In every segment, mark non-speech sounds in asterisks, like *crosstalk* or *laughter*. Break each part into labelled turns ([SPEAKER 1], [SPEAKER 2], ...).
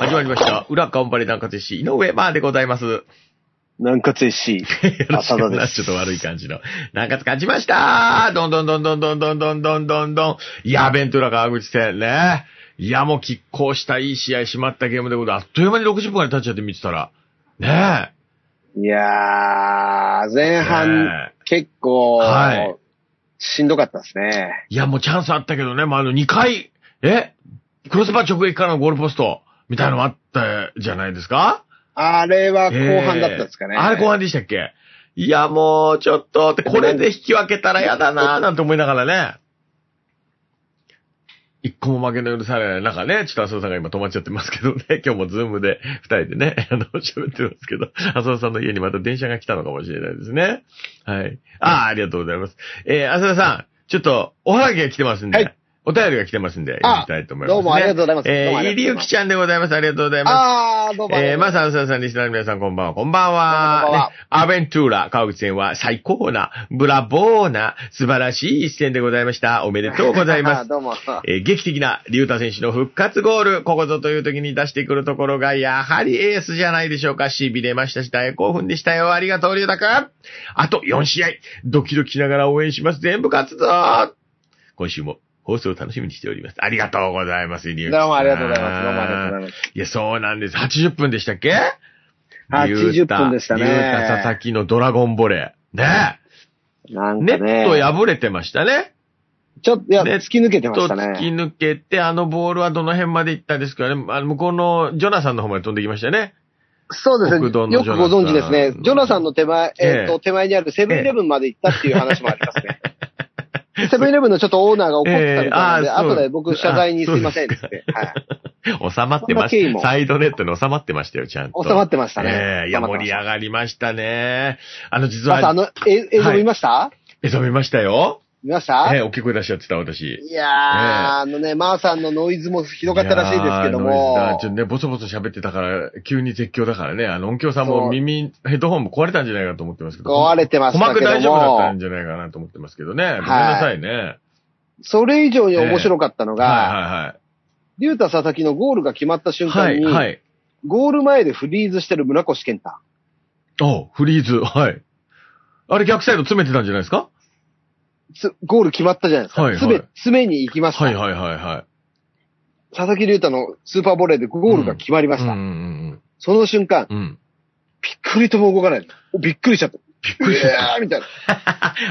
[SPEAKER 1] 始まりました。裏頑張れ南葛石井、井上まーでございます。よ
[SPEAKER 2] 南
[SPEAKER 1] *laughs*
[SPEAKER 2] 葛石井。
[SPEAKER 1] ろし
[SPEAKER 2] 浅
[SPEAKER 1] く
[SPEAKER 2] 田
[SPEAKER 1] な、
[SPEAKER 2] です
[SPEAKER 1] ちょっと悪い感じの。南葛勝ちましたどんどんどんどんどんどんどんどんどんどん。いや、ベントラ川口戦ね。いや、もう拮抗したいい試合しまったゲームでございます。あっという間に60分間で経っちゃって見てたら。ね
[SPEAKER 2] いやー、
[SPEAKER 1] え。
[SPEAKER 2] 前半、
[SPEAKER 1] ねえ
[SPEAKER 2] 結構、
[SPEAKER 1] はい
[SPEAKER 2] しんどかったですね。
[SPEAKER 1] いや、もうチャンスあったけどね、まあ、あの2回、えクロスバー直撃からのゴールポスト、みたいなのもあったじゃないですか
[SPEAKER 2] あれは後半だったんですかね。
[SPEAKER 1] えーあれ後半でしたっけいや、もう、ちょっと、ってこれで引き分けたら嫌だなぁ、なんて思いながらね。一個も負けの許されない中ね、ちょっと浅田さんが今止まっちゃってますけどね、 *laughs* 今日もズームで二人でね、 *laughs* あの、喋ってますけど、浅田さんの家にまた電車が来たのかもしれないですね。はい。ああ、ありがとうございます。えー、浅田さん、ちょっと、おはがきが来てますんで、
[SPEAKER 2] はい
[SPEAKER 1] お便りが来てますんで、読みたいと思います、ね。
[SPEAKER 2] どうもありがとうございます。
[SPEAKER 1] え
[SPEAKER 2] どうもあ
[SPEAKER 1] ー、入
[SPEAKER 2] りがとう
[SPEAKER 1] りゆ
[SPEAKER 2] ございま
[SPEAKER 1] き
[SPEAKER 2] す
[SPEAKER 1] ちゃんでございます。ありがとうございます。
[SPEAKER 2] あー、どうもあり
[SPEAKER 1] えー、
[SPEAKER 2] がとうご
[SPEAKER 1] ま
[SPEAKER 2] ざい
[SPEAKER 1] さうさんさん、リスナーの皆さん、こんばんは。こんばん
[SPEAKER 2] こんばん
[SPEAKER 1] は
[SPEAKER 2] は。
[SPEAKER 1] ねアベントゥーラ、川口戦は最高な、ブラボーな、素晴らしい一戦でございました。おめでとうござい
[SPEAKER 2] ま
[SPEAKER 1] ます
[SPEAKER 2] す。。 *laughs* どうも。
[SPEAKER 1] えー劇的な竜太選手の復活ゴール、ここぞという時に出してくるところが、やはりエースじゃないでしょうか。痺れましたし、大興奮でしたよ。ありがとう、竜太くん。あと4試合、ドキドキしながら応援します。全部勝つぞ今週も放送を楽しみにしております。ありがとうございます、竜太
[SPEAKER 2] どう
[SPEAKER 1] さん
[SPEAKER 2] もありがとうございます。どうもありがとうございます。
[SPEAKER 1] いや、そうなんです。80分でしたっけ
[SPEAKER 2] 80分でしたね
[SPEAKER 1] ゆうた佐々木のドラゴンボレー。ね
[SPEAKER 2] なん
[SPEAKER 1] ネ
[SPEAKER 2] か
[SPEAKER 1] ット
[SPEAKER 2] ね、
[SPEAKER 1] 破れてましたね。
[SPEAKER 2] ちょっと、いや、
[SPEAKER 1] ネッ
[SPEAKER 2] 突き抜けてま
[SPEAKER 1] と
[SPEAKER 2] した
[SPEAKER 1] 突き
[SPEAKER 2] ね。
[SPEAKER 1] 抜けて、あのボールはどの辺まで行ったんですかね。あの向こうのジョナサンの方まで飛んできましたよね。
[SPEAKER 2] そうですね。
[SPEAKER 1] 国道の
[SPEAKER 2] よくご存知ですね
[SPEAKER 1] ジョナサン。
[SPEAKER 2] ジョナさんの手前、
[SPEAKER 1] ええ
[SPEAKER 2] えっと、手前にあるセブンイレブンまで行ったっていう話もあります
[SPEAKER 1] *laughs*
[SPEAKER 2] ね。セブンイレブンのちょっとオーナーが怒ってたみたいなの
[SPEAKER 1] ええ
[SPEAKER 2] で、
[SPEAKER 1] あーそう
[SPEAKER 2] 後で僕謝罪にすいませんっつ
[SPEAKER 1] *laughs*
[SPEAKER 2] って。はい。
[SPEAKER 1] 収まってま
[SPEAKER 2] そんな経緯
[SPEAKER 1] す。
[SPEAKER 2] も
[SPEAKER 1] サイドネットに収まってましたよ、ちゃんと。
[SPEAKER 2] 収まってました
[SPEAKER 1] え
[SPEAKER 2] ね。
[SPEAKER 1] えいや、
[SPEAKER 2] 収まっ
[SPEAKER 1] 盛
[SPEAKER 2] てまし
[SPEAKER 1] り
[SPEAKER 2] た
[SPEAKER 1] 上がりましたね。あの、実
[SPEAKER 2] またあ
[SPEAKER 1] は、
[SPEAKER 2] の、え映像見ました、
[SPEAKER 1] え、そう見ましたよ。
[SPEAKER 2] 見ました、
[SPEAKER 1] ええ、大きい声出しちゃってた、私。
[SPEAKER 2] いやー、あのね、マーさんのノイズもひどかったらしいですけど
[SPEAKER 1] いやーノイズだ
[SPEAKER 2] も
[SPEAKER 1] ちょっ、とね、ボソボソ喋ってたから、急に絶叫だからね、あの音響さんも
[SPEAKER 2] そう
[SPEAKER 1] 耳、ヘッドホンも壊れたんじゃないかと思ってますけど。
[SPEAKER 2] 壊れてまし
[SPEAKER 1] 鼓膜
[SPEAKER 2] たけ
[SPEAKER 1] 大
[SPEAKER 2] ど
[SPEAKER 1] 丈夫だった
[SPEAKER 2] も
[SPEAKER 1] ん、じゃないかなと思ってますけどね。ごめんなさいね。はい
[SPEAKER 2] それ以上に面白かったのが、
[SPEAKER 1] は
[SPEAKER 2] 竜太佐々木のゴールが決まった
[SPEAKER 1] い
[SPEAKER 2] 瞬
[SPEAKER 1] は
[SPEAKER 2] 間
[SPEAKER 1] い。
[SPEAKER 2] に、
[SPEAKER 1] はい、はい。
[SPEAKER 2] ゴール前でフリーズしてる村越健太。
[SPEAKER 1] おフリーズ、はい。あれ逆サイド詰めてたんじゃないですか
[SPEAKER 2] つゴール決まったじゃないですか。
[SPEAKER 1] はいはい
[SPEAKER 2] 詰め、詰めに行きました。
[SPEAKER 1] はいはいはいはい。
[SPEAKER 2] 佐々木竜太のスーパーボレーでゴールが決まりました。
[SPEAKER 1] うんうん
[SPEAKER 2] その瞬間、
[SPEAKER 1] うんうん。うん。
[SPEAKER 2] びっくりとも動かない。おびっくりしちゃった。
[SPEAKER 1] びっく
[SPEAKER 2] う
[SPEAKER 1] りした。
[SPEAKER 2] えーみたいな。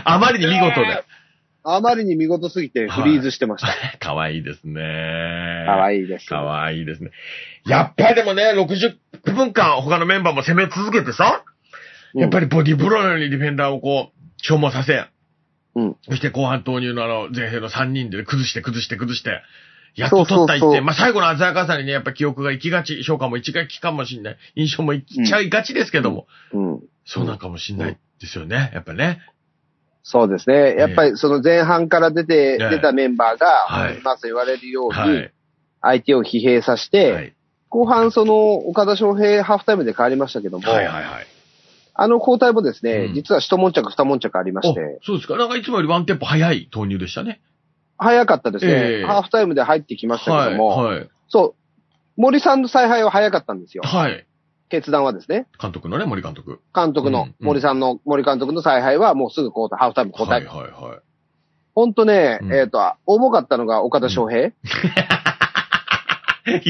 [SPEAKER 1] あまりに見事で。 *laughs*
[SPEAKER 2] あまりに見事すぎてフリーズしてました。
[SPEAKER 1] かわいいですね。
[SPEAKER 2] 可愛いいです。
[SPEAKER 1] かわいいですね。やっぱりでもね、60分間他のメンバーも攻め続けてさ、
[SPEAKER 2] うん
[SPEAKER 1] やっぱりボディブローのようにディフェンダーをこう、消耗させ、
[SPEAKER 2] うん
[SPEAKER 1] そして後半投入のあの、前編の3人で崩して崩して崩して、やっ
[SPEAKER 2] そ
[SPEAKER 1] と
[SPEAKER 2] うそ
[SPEAKER 1] 取った
[SPEAKER 2] うそう
[SPEAKER 1] 一点。まあ、最後の鮮やかさにね、やっぱ記憶が行きがち、評価も行きがちかもしんない。印象も行きちゃいがちですけども、
[SPEAKER 2] うん。
[SPEAKER 1] そうなんかもしんないですよね、やっぱね。
[SPEAKER 2] そうですね。やっぱりその前半から出て、
[SPEAKER 1] ええ
[SPEAKER 2] 出たメンバー
[SPEAKER 1] は
[SPEAKER 2] が
[SPEAKER 1] い、
[SPEAKER 2] まず言われるよう
[SPEAKER 1] は
[SPEAKER 2] に、
[SPEAKER 1] い。
[SPEAKER 2] 相手を疲弊させて、
[SPEAKER 1] はい。
[SPEAKER 2] 後半その岡田翔平ハーフタイムで変わりましたけども、
[SPEAKER 1] はいはいはい。
[SPEAKER 2] あの交代もですね、
[SPEAKER 1] うん
[SPEAKER 2] 実は一悶着二悶着ありま
[SPEAKER 1] お
[SPEAKER 2] して、
[SPEAKER 1] そうですか。なんかいつもよりワンテンポ早い投入でしたね。
[SPEAKER 2] 早かったですね、
[SPEAKER 1] ええ
[SPEAKER 2] ハーフタイムで入ってきましたけども、
[SPEAKER 1] はい。はい。
[SPEAKER 2] そう、森さんの采配は早かったんですよ。
[SPEAKER 1] はい。
[SPEAKER 2] 決断はですね、
[SPEAKER 1] 監督のね、森監督。
[SPEAKER 2] 監督
[SPEAKER 1] う
[SPEAKER 2] の
[SPEAKER 1] ん、うん
[SPEAKER 2] 森さんの、森監督の采配はもうすぐ交代、ハーフタイム交
[SPEAKER 1] はい
[SPEAKER 2] 代。
[SPEAKER 1] はいはい。
[SPEAKER 2] ほんとね、
[SPEAKER 1] うん
[SPEAKER 2] えっ、と、重かったのが岡田翔平。い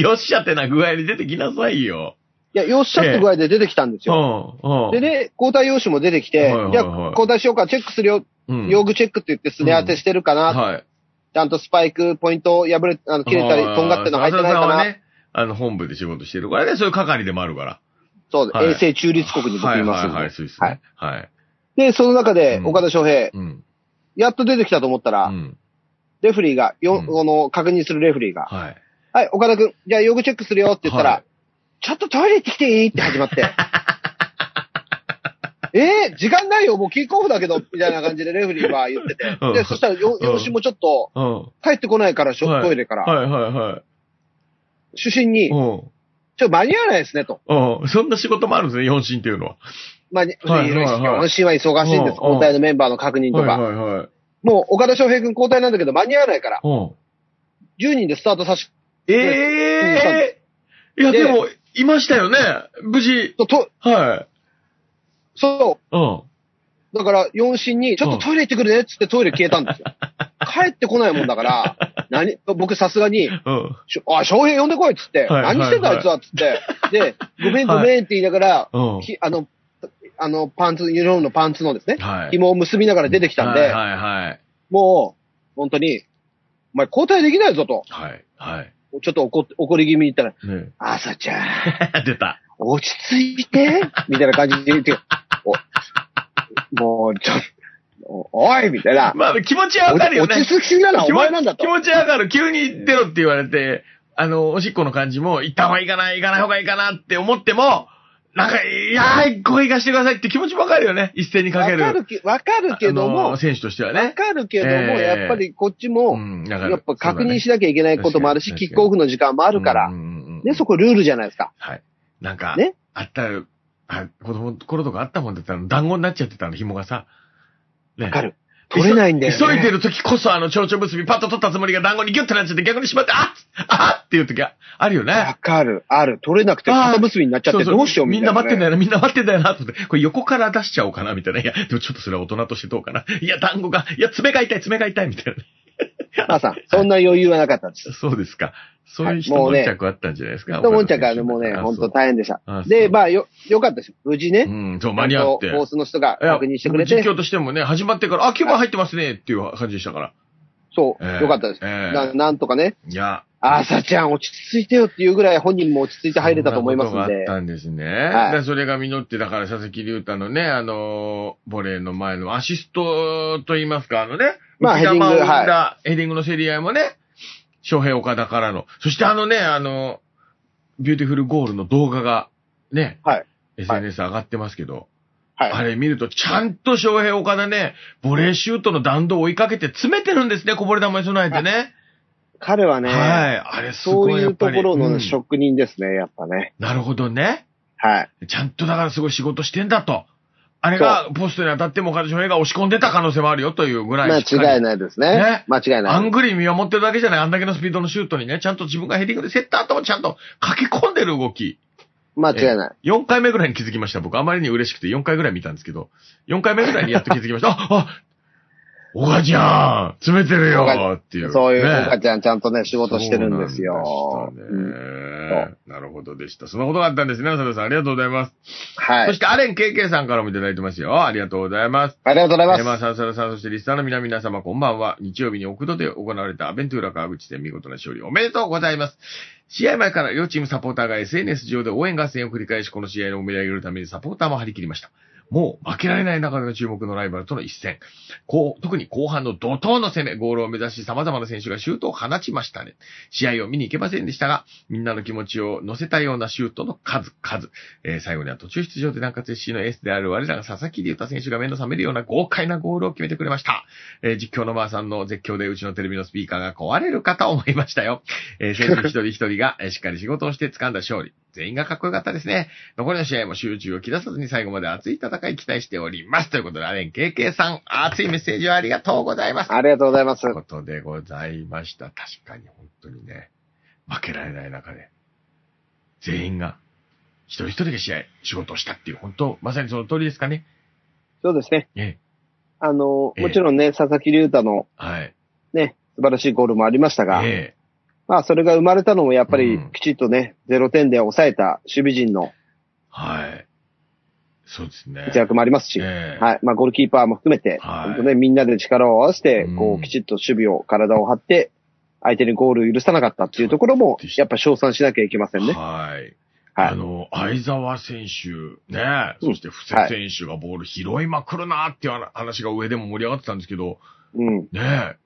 [SPEAKER 1] *laughs* よっしゃってな具合に出てきなさいよ。
[SPEAKER 2] や、よっしゃって具合で出てきたんです
[SPEAKER 1] うん
[SPEAKER 2] よ。、
[SPEAKER 1] うん。
[SPEAKER 2] でね、交代用紙も出てきて、
[SPEAKER 1] はいはいはい
[SPEAKER 2] じゃあ交代しようか、チェックするよ、
[SPEAKER 1] うん、
[SPEAKER 2] 用具チェックって言ってすね当てしてるかな、
[SPEAKER 1] はい。
[SPEAKER 2] ちゃんとスパイク、ポイント破れ、あの切れたり、
[SPEAKER 1] あー
[SPEAKER 2] とんがってるの入ってないか
[SPEAKER 1] 浅田さんは
[SPEAKER 2] な、
[SPEAKER 1] ね、あの、本部で仕事してるからね、そういう係でもあるから。
[SPEAKER 2] そう、
[SPEAKER 1] はい
[SPEAKER 2] 衛星中立国に僕いますんで、
[SPEAKER 1] はいはいはい、そうですね。はい。
[SPEAKER 2] で、その中で
[SPEAKER 1] う、ん
[SPEAKER 2] 岡田翔平、
[SPEAKER 1] うん。
[SPEAKER 2] やっと出てきたと思った
[SPEAKER 1] う
[SPEAKER 2] ら、
[SPEAKER 1] ん。
[SPEAKER 2] レフェリーが、よ、
[SPEAKER 1] うん
[SPEAKER 2] この、確認するレフェリーが、
[SPEAKER 1] はい。
[SPEAKER 2] はい、岡田くん、じゃあ用具チェックするよって言ったら、
[SPEAKER 1] はい
[SPEAKER 2] ちょっとトイレ行ってきていいって始ま
[SPEAKER 1] *laughs*
[SPEAKER 2] って。えー、時間ないよ、もうキックオフだけど、みたいな感じでレフェリーは言ってて。
[SPEAKER 1] うん
[SPEAKER 2] で、そしたらよ、
[SPEAKER 1] うん
[SPEAKER 2] 養子もちょっと、
[SPEAKER 1] うん。
[SPEAKER 2] 帰ってこないから、しょ
[SPEAKER 1] はい
[SPEAKER 2] トイレから。
[SPEAKER 1] はいはいはい。
[SPEAKER 2] 主審に、
[SPEAKER 1] う
[SPEAKER 2] ち
[SPEAKER 1] ん。
[SPEAKER 2] ょ、間に合わないですね、と。
[SPEAKER 1] うん。そんな仕事もあるんですね、四審っていうのは。
[SPEAKER 2] まあ、に
[SPEAKER 1] はいはいはい
[SPEAKER 2] 養子は忙しいんです、
[SPEAKER 1] うんうん
[SPEAKER 2] 交代のメンバーの確認と
[SPEAKER 1] はい
[SPEAKER 2] か。
[SPEAKER 1] はいはい。
[SPEAKER 2] もう、岡田翔平君交代なんだけど、間に合わないから、
[SPEAKER 1] うん。
[SPEAKER 2] 10人でスタートさし、
[SPEAKER 1] ええいや、で
[SPEAKER 2] で
[SPEAKER 1] も、いましたよね。無事。
[SPEAKER 2] そうと、
[SPEAKER 1] はい。
[SPEAKER 2] そ
[SPEAKER 1] うん。
[SPEAKER 2] う。だから、四親に、ちょっとトイレ行ってくるねっつってトイレ消えたん
[SPEAKER 1] *laughs*
[SPEAKER 2] ですよ。帰ってこないもんだから、何、僕さすがに、
[SPEAKER 1] うん。
[SPEAKER 2] しょあ、翔平呼んでこいっつっ
[SPEAKER 1] は
[SPEAKER 2] て、
[SPEAKER 1] いはい
[SPEAKER 2] 何してんだあいつはっつって、で、ごめん
[SPEAKER 1] はい
[SPEAKER 2] ごめんって言いながら、
[SPEAKER 1] うん。
[SPEAKER 2] ひあの、あの、パンツ、ユニフォームのパンツのですね、
[SPEAKER 1] はい。
[SPEAKER 2] 紐を結びながら出てきたんで、
[SPEAKER 1] はいはいはい。
[SPEAKER 2] もう、本当に、お前交代できないぞと、
[SPEAKER 1] はい。はい。
[SPEAKER 2] ちょっと怒って怒り気味に言ったら、
[SPEAKER 1] ね
[SPEAKER 2] 朝ちゃん、
[SPEAKER 1] 出た。
[SPEAKER 2] 落ち着いて、みたいな感じで言って、おもう、ちょっと、おおいみたいな。
[SPEAKER 1] まあ、気持ちはわ
[SPEAKER 2] 落
[SPEAKER 1] かるよね。
[SPEAKER 2] ち着きすぎなのはお
[SPEAKER 1] 気持
[SPEAKER 2] 前なんだと
[SPEAKER 1] 気。持ちはわかる。急に出ろって言われて、あの、おしっこの感じも、行った方がいいかな、行かない方がいいかなって思っても、なんか、いやー、ここ行かしてくださいって気持ちもわかるよね。一斉にか
[SPEAKER 2] わ
[SPEAKER 1] け
[SPEAKER 2] か
[SPEAKER 1] る。
[SPEAKER 2] るけわかるけど
[SPEAKER 1] あの
[SPEAKER 2] も、
[SPEAKER 1] 選手としては
[SPEAKER 2] わ
[SPEAKER 1] ね。
[SPEAKER 2] かるけども、
[SPEAKER 1] ええ
[SPEAKER 2] やっぱりこっちも、
[SPEAKER 1] ん、だから
[SPEAKER 2] やっぱ確認しなきゃいけないこともあるし、
[SPEAKER 1] そうだ
[SPEAKER 2] キ
[SPEAKER 1] ね
[SPEAKER 2] ックオフの時間もあ
[SPEAKER 1] あ
[SPEAKER 2] るから、ね、そ
[SPEAKER 1] こ。
[SPEAKER 2] こルールじゃないですか。
[SPEAKER 1] はい。なんか、
[SPEAKER 2] ね
[SPEAKER 1] あったら、あ子供の頃とかあったもんだったら、団子になっちゃってたの、紐がさ。ね
[SPEAKER 2] わかる。取れないんだよ、ね。
[SPEAKER 1] 急いでる時こそ、あの、蝶々結びパッと取ったつもりが団子にギュッとなっちゃって、逆にしまって、あっあっっていう時ああるよね。
[SPEAKER 2] わかる。ある。取れなくて、肩結びになっちゃって、どうしようみ
[SPEAKER 1] み
[SPEAKER 2] たい
[SPEAKER 1] んな
[SPEAKER 2] な、ね。
[SPEAKER 1] 待ってんだよな、みんな待ってんだよな、と思って。これ横から出しちゃおうかな、みたいな。いや、でもちょっとそれは大人としてどうかな。いや、団子が、いや、爪が痛い、爪が痛い、みたいな。
[SPEAKER 2] 母さん、そんな余裕はなかったです。
[SPEAKER 1] そうですか。そういう人
[SPEAKER 2] はいもう
[SPEAKER 1] も
[SPEAKER 2] ね
[SPEAKER 1] 着あったんじゃないですか。
[SPEAKER 2] ともんちゃからもうね、
[SPEAKER 1] あ
[SPEAKER 2] ほん
[SPEAKER 1] そ
[SPEAKER 2] と大変でした
[SPEAKER 1] あ。そう
[SPEAKER 2] で、まあ、よ、よかったです。無事ね。
[SPEAKER 1] うん、そう、間に合って。
[SPEAKER 2] ちゃんとコースの人が確認してくれ
[SPEAKER 1] いや
[SPEAKER 2] て
[SPEAKER 1] 実、況としてもね、始まってから、あ、9番入ってますね、っていう感じでしたから。
[SPEAKER 2] そう、
[SPEAKER 1] ええ
[SPEAKER 2] よかったです、
[SPEAKER 1] ええ
[SPEAKER 2] な。なんとかね、
[SPEAKER 1] いや。
[SPEAKER 2] 朝ちゃん落ち着いてよっていうぐらい本人も落ち着いて入れたと思います
[SPEAKER 1] そん
[SPEAKER 2] ん
[SPEAKER 1] なこと
[SPEAKER 2] で
[SPEAKER 1] があ。ったんですね。
[SPEAKER 2] い
[SPEAKER 1] でそれが実って、だから佐々木隆太のね、あのー、ボレーの前のアシストと言いますか、あのね、
[SPEAKER 2] まあ
[SPEAKER 1] 浮き球を生んだ
[SPEAKER 2] ヘディン
[SPEAKER 1] ヘ
[SPEAKER 2] グ
[SPEAKER 1] ディングの競り合いもね、翔平岡田からの。そしてあのね、あの、ビューティフルゴールの動画が、ね、
[SPEAKER 2] はい
[SPEAKER 1] SNS 上がってますけど、あ
[SPEAKER 2] はい。
[SPEAKER 1] れ見ると、ちゃんと翔平岡田ね、ボレーシュートの弾道を追いかけて詰めてるんですね、こぼれ球に備えてね。
[SPEAKER 2] 彼はね、
[SPEAKER 1] はい。あれす
[SPEAKER 2] そ
[SPEAKER 1] ご
[SPEAKER 2] う
[SPEAKER 1] い
[SPEAKER 2] い
[SPEAKER 1] やっ
[SPEAKER 2] う
[SPEAKER 1] ぱ
[SPEAKER 2] と
[SPEAKER 1] り。
[SPEAKER 2] ころ
[SPEAKER 1] う
[SPEAKER 2] の
[SPEAKER 1] ん
[SPEAKER 2] 職人ですね、やっぱね。
[SPEAKER 1] なるほどね。
[SPEAKER 2] はい。
[SPEAKER 1] ちゃんとだからすごい仕事してんだと。あれがポストに当たっても岡田翔平が押し込んでた可能性もあるよというぐらい
[SPEAKER 2] 間
[SPEAKER 1] しっかり
[SPEAKER 2] 違いないですね
[SPEAKER 1] ね。
[SPEAKER 2] 間違い
[SPEAKER 1] ア
[SPEAKER 2] ない
[SPEAKER 1] ン。グリー見守ってるだけじゃない。あんだけのスピードのシュートにね、ちゃんと自分がヘディングでセッターともちゃんと駆け込んでる動き。
[SPEAKER 2] 間違いない。
[SPEAKER 1] 4回目ぐらいに気づきました。僕あまりに嬉しくて4回ぐらい見たんですけど、4回目ぐらいにやっと気づきま
[SPEAKER 2] *laughs*
[SPEAKER 1] した。あ、あ、岡ちゃん詰めてるよっていう。
[SPEAKER 2] そういう、
[SPEAKER 1] ね
[SPEAKER 2] 岡ちゃんちゃんとね、仕事してるんですよ。
[SPEAKER 1] そうなん
[SPEAKER 2] う
[SPEAKER 1] で
[SPEAKER 2] ん
[SPEAKER 1] したねなるほどでした。そんなことがあったんですね、佐藤さん。ありがとうございます。
[SPEAKER 2] はい。あ
[SPEAKER 1] そし
[SPEAKER 2] り
[SPEAKER 1] て、アレン KK さんからもいただいてますよ。ありがとうございます。
[SPEAKER 2] がとうございます。
[SPEAKER 1] 山田さん、さらさん、そしてリスナーの皆皆様、こんばんは。日曜日に奥戸で行われたアベントゥーラ川口戦見事な勝利おめでとうございます。試合前から両チームサポーターが SNS 上で応援合戦を繰り返し、この試合を盛り上げるためにサポーターも張り切りました。もう負けられない中での注目のライバルとの一戦。こう特に後半の怒涛の攻め、ゴールを目指し様々な選手がシュートを放ちましたね。試合を見に行けませんでしたが、みんなの気持ちを乗せたようなシュートの数々。えー最後には途中出場で南葛 SC のエースである我らが佐々木隆太選手が目の覚めるような豪快なゴールを決めてくれました。えー実況のまーさんの絶叫でうちのテレビのスピーカーが壊れるかと思いましたよ。えー選手一人一人がえーしっかり仕事をして掴んだ勝利。全員がかっこよかったですね。残りの試合も集中を切らさずに最後まで熱い戦い期待しております。ということで、アレン KK さん、熱いメッセージをありがとうございます。
[SPEAKER 2] ありがとうございます
[SPEAKER 1] とい。うことでございました。確かに本当にね、負けられない中で、全員が、一人一人が試合、仕事をしたっていう、本当、まさにその通りですかね。
[SPEAKER 2] そうですね。
[SPEAKER 1] ええ
[SPEAKER 2] あの、
[SPEAKER 1] ええ
[SPEAKER 2] もちろんね、佐々木隆太の
[SPEAKER 1] はい。
[SPEAKER 2] ね、素晴らしいゴールもありましたが、
[SPEAKER 1] え
[SPEAKER 2] まあ、それが生まれたのもやっぱり
[SPEAKER 1] うん
[SPEAKER 2] きちっとね、0点で抑えた守備陣の
[SPEAKER 1] はい。そうですね。
[SPEAKER 2] 活躍もありますし、
[SPEAKER 1] ええ
[SPEAKER 2] はい。まあ、ゴールキーパーも含めて、
[SPEAKER 1] はい
[SPEAKER 2] 本当ね、みんなで力を合わせて
[SPEAKER 1] うん、
[SPEAKER 2] こう、きちっと守備を、体を張って、相手にゴールを許さなかったっていうところも
[SPEAKER 1] そうでし、た
[SPEAKER 2] やっぱ称賛しなきゃいけませんね。
[SPEAKER 1] はい。
[SPEAKER 2] は
[SPEAKER 1] あ
[SPEAKER 2] い。
[SPEAKER 1] の、相沢選手、ね、
[SPEAKER 2] う
[SPEAKER 1] そ
[SPEAKER 2] ん
[SPEAKER 1] して布施選手がボール拾いまくるなっていう話話が上でも盛り上がってたんですけど、
[SPEAKER 2] うん。
[SPEAKER 1] ね、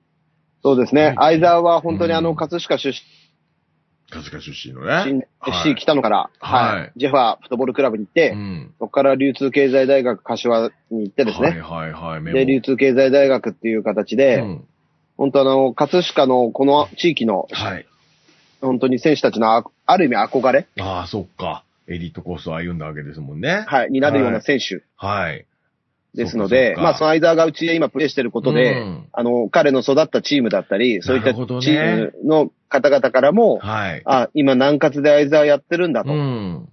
[SPEAKER 2] そうですね。相沢は本当にあ
[SPEAKER 1] う
[SPEAKER 2] の、
[SPEAKER 1] ん
[SPEAKER 2] 葛飾出
[SPEAKER 1] 春日出身のね。
[SPEAKER 2] 身、FC 北野から、
[SPEAKER 1] はい
[SPEAKER 2] はい。ジェファーフットボールクラブに行っ
[SPEAKER 1] う
[SPEAKER 2] て、
[SPEAKER 1] ん。
[SPEAKER 2] そこから流通経済大学柏に行ってですね、
[SPEAKER 1] はいはいはい。メモ
[SPEAKER 2] で、流通経済大学っていう形
[SPEAKER 1] う
[SPEAKER 2] で、
[SPEAKER 1] ん
[SPEAKER 2] 本当あの、葛飾のこの地域の、
[SPEAKER 1] はい。
[SPEAKER 2] 本当に選手たちのあある意味憧れ、
[SPEAKER 1] ああ、そっか。エリートコースを歩んだわけですもんね。
[SPEAKER 2] はい、になるよう
[SPEAKER 1] は
[SPEAKER 2] ない選手
[SPEAKER 1] はい。
[SPEAKER 2] ですの
[SPEAKER 1] そうかそ
[SPEAKER 2] で、
[SPEAKER 1] うか
[SPEAKER 2] まあ、その間がうちで今プレイしてることで、
[SPEAKER 1] うん
[SPEAKER 2] あの、彼の育ったチームだったり、そういった
[SPEAKER 1] なるほどね
[SPEAKER 2] チームの方々からも、
[SPEAKER 1] はい。
[SPEAKER 2] あ、今南葛で相沢やってるんだ
[SPEAKER 1] う
[SPEAKER 2] と
[SPEAKER 1] ん。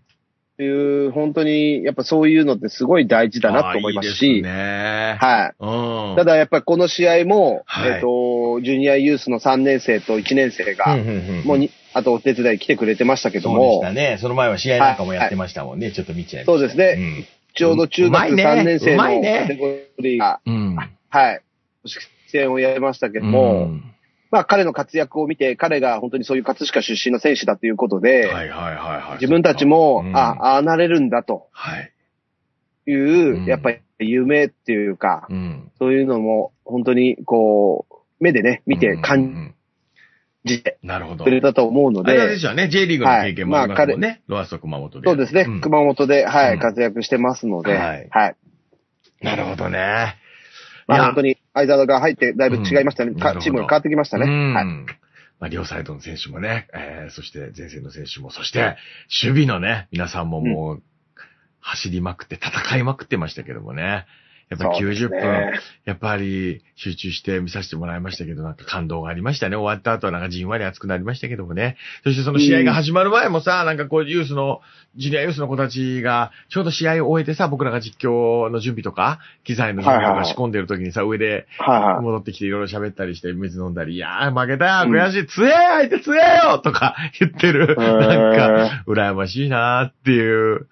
[SPEAKER 2] いう、本当に、やっぱそういうのってすごい大事だなと思いますし、
[SPEAKER 1] あーいいですね。
[SPEAKER 2] はい。
[SPEAKER 1] うん。
[SPEAKER 2] ただやっぱりこの試合も、
[SPEAKER 1] はい
[SPEAKER 2] えっ、と、ジュニアユースの3年生と1年生が、
[SPEAKER 1] うんうんうん
[SPEAKER 2] もうに、あとお手伝い来てくれてましたけど
[SPEAKER 1] そうでし
[SPEAKER 2] も、
[SPEAKER 1] たね。その前は試合なんかもやってましたもんね。ちょっと見ちゃいま
[SPEAKER 2] そ
[SPEAKER 1] し
[SPEAKER 2] うです
[SPEAKER 1] た
[SPEAKER 2] ね、
[SPEAKER 1] ね。
[SPEAKER 2] ちょうど中
[SPEAKER 1] うま
[SPEAKER 2] 学
[SPEAKER 1] いね
[SPEAKER 2] 3年生
[SPEAKER 1] う
[SPEAKER 2] の
[SPEAKER 1] まいね
[SPEAKER 2] カテゴリーが、
[SPEAKER 1] うん。
[SPEAKER 2] はい、公式戦をやりましたけ
[SPEAKER 1] う
[SPEAKER 2] ど
[SPEAKER 1] ん。
[SPEAKER 2] も、まあ彼の活躍を見て、彼が本当にそういう葛飾出身の選手だということ
[SPEAKER 1] うん、
[SPEAKER 2] で、
[SPEAKER 1] はいはいはいはい。
[SPEAKER 2] 自分たちも、
[SPEAKER 1] うん
[SPEAKER 2] あ、ああなれるんだと
[SPEAKER 1] はい。
[SPEAKER 2] いう、
[SPEAKER 1] うん
[SPEAKER 2] やっぱり夢っていうか、
[SPEAKER 1] うん。
[SPEAKER 2] そういうのも本当にこう、目でね、見て
[SPEAKER 1] うんう
[SPEAKER 2] 感
[SPEAKER 1] ん
[SPEAKER 2] じて
[SPEAKER 1] うんなるほど。
[SPEAKER 2] くれたと思うの
[SPEAKER 1] あれで
[SPEAKER 2] で、
[SPEAKER 1] すよね。J リーグの経験もありますもんね。ロアスと熊本で。
[SPEAKER 2] そうですね、
[SPEAKER 1] ん
[SPEAKER 2] 熊本で、は
[SPEAKER 1] うん
[SPEAKER 2] い、活躍してますので、
[SPEAKER 1] はい
[SPEAKER 2] はい。
[SPEAKER 1] なるほどね。
[SPEAKER 2] ま
[SPEAKER 1] いや
[SPEAKER 2] あ本当に、相沢が入ってだいぶ違いました
[SPEAKER 1] う
[SPEAKER 2] ね。
[SPEAKER 1] んなるほ
[SPEAKER 2] か
[SPEAKER 1] ど
[SPEAKER 2] チームが変わってきましたね。
[SPEAKER 1] うん
[SPEAKER 2] はい。
[SPEAKER 1] まあ、両サイドの選手もね、えー、そして前線の選手も、そして、守備のね、皆さんももう、走りまくって、戦いまくってましたけどもね。やっぱ
[SPEAKER 2] そうです
[SPEAKER 1] 90
[SPEAKER 2] ね
[SPEAKER 1] 分、やっぱり集中して見させてもらいましたけど、なんか感動がありましたね。終わった後はなんかじんわり熱くなりましたけどもね。そしてその試合が始まる前もさ、なんかこうユースの、ジュニアユースの子たちが、ちょうど試合を終えてさ、僕らが実況の準備とか、機材の準備
[SPEAKER 2] はい
[SPEAKER 1] と
[SPEAKER 2] はい
[SPEAKER 1] か
[SPEAKER 2] はい
[SPEAKER 1] 仕込んでる時にさ、上で
[SPEAKER 2] はいはい。
[SPEAKER 1] 戻ってきていろいろ喋ったりして、水飲んだり、いやー負けたよ、悔しい、強え相手強えよとか *laughs* 言ってる。なんか、羨ましいなーっていう、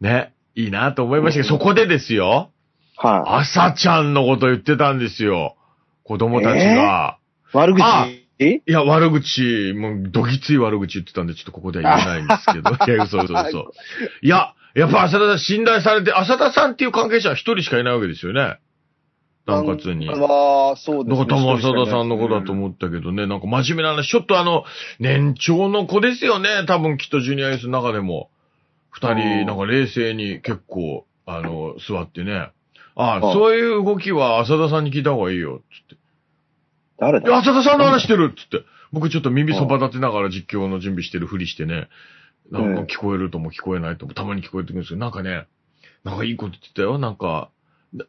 [SPEAKER 1] ね、いいなと思いましたけど、
[SPEAKER 2] うん
[SPEAKER 1] そこでですよ、
[SPEAKER 2] は
[SPEAKER 1] 朝ちゃんのこと言ってたんですよ。子供たちが。
[SPEAKER 2] い。悪口
[SPEAKER 1] あ
[SPEAKER 2] え
[SPEAKER 1] いや、悪口、もう、どぎつい悪口言ってたんで、ちょっとここでは言えないんですけ *laughs* ど。いや、嘘嘘嘘。いや、やっぱ浅田さん信頼されて、浅田さんっていう関係者は一人しかいないわけですよね。なんかつに。
[SPEAKER 2] は、そうです
[SPEAKER 1] だ
[SPEAKER 2] ね。
[SPEAKER 1] から、玉浅田さんの子だと思ったけどね、なんか真面目な話、ちょっとあの、年長の子ですよね、多分きっとジュニアユースの中でも。二
[SPEAKER 2] う
[SPEAKER 1] 人、
[SPEAKER 2] ん
[SPEAKER 1] なんか冷静に結構、あの、座ってね。あ
[SPEAKER 2] う
[SPEAKER 1] あ、
[SPEAKER 2] ん
[SPEAKER 1] そういう動きは浅田さんに聞いた方がいいよ、つっ
[SPEAKER 2] 誰
[SPEAKER 1] て。いや
[SPEAKER 2] だ
[SPEAKER 1] 浅田さんの話してるっつって。僕ちょっと耳そば立てながら実況の準備してるふりしてね。なんか聞こえるとも聞こえないとも、たまに聞こえてくるんですけど、なんかね、なんかいいこと言ってたよ、なんか、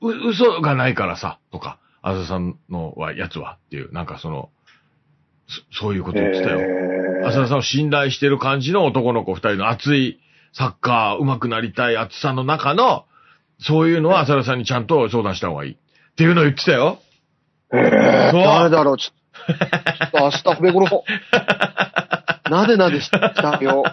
[SPEAKER 1] う、嘘がないからさ、とか、あずさんのは、やつはっていう、なんかその、そそういうこと言ってたよ。
[SPEAKER 2] えー
[SPEAKER 1] 浅田さんを信頼してる感じの男の子二人の熱いサッカー上手くなりたい熱さの中の、そういうのは浅田さんにちゃんと相談した方がいい。っていうのを言ってたよ。
[SPEAKER 2] えー
[SPEAKER 1] そう
[SPEAKER 2] 誰だろう
[SPEAKER 1] *laughs*
[SPEAKER 2] ちょっと、ちょっと明日、米頃。なでなでしたよ。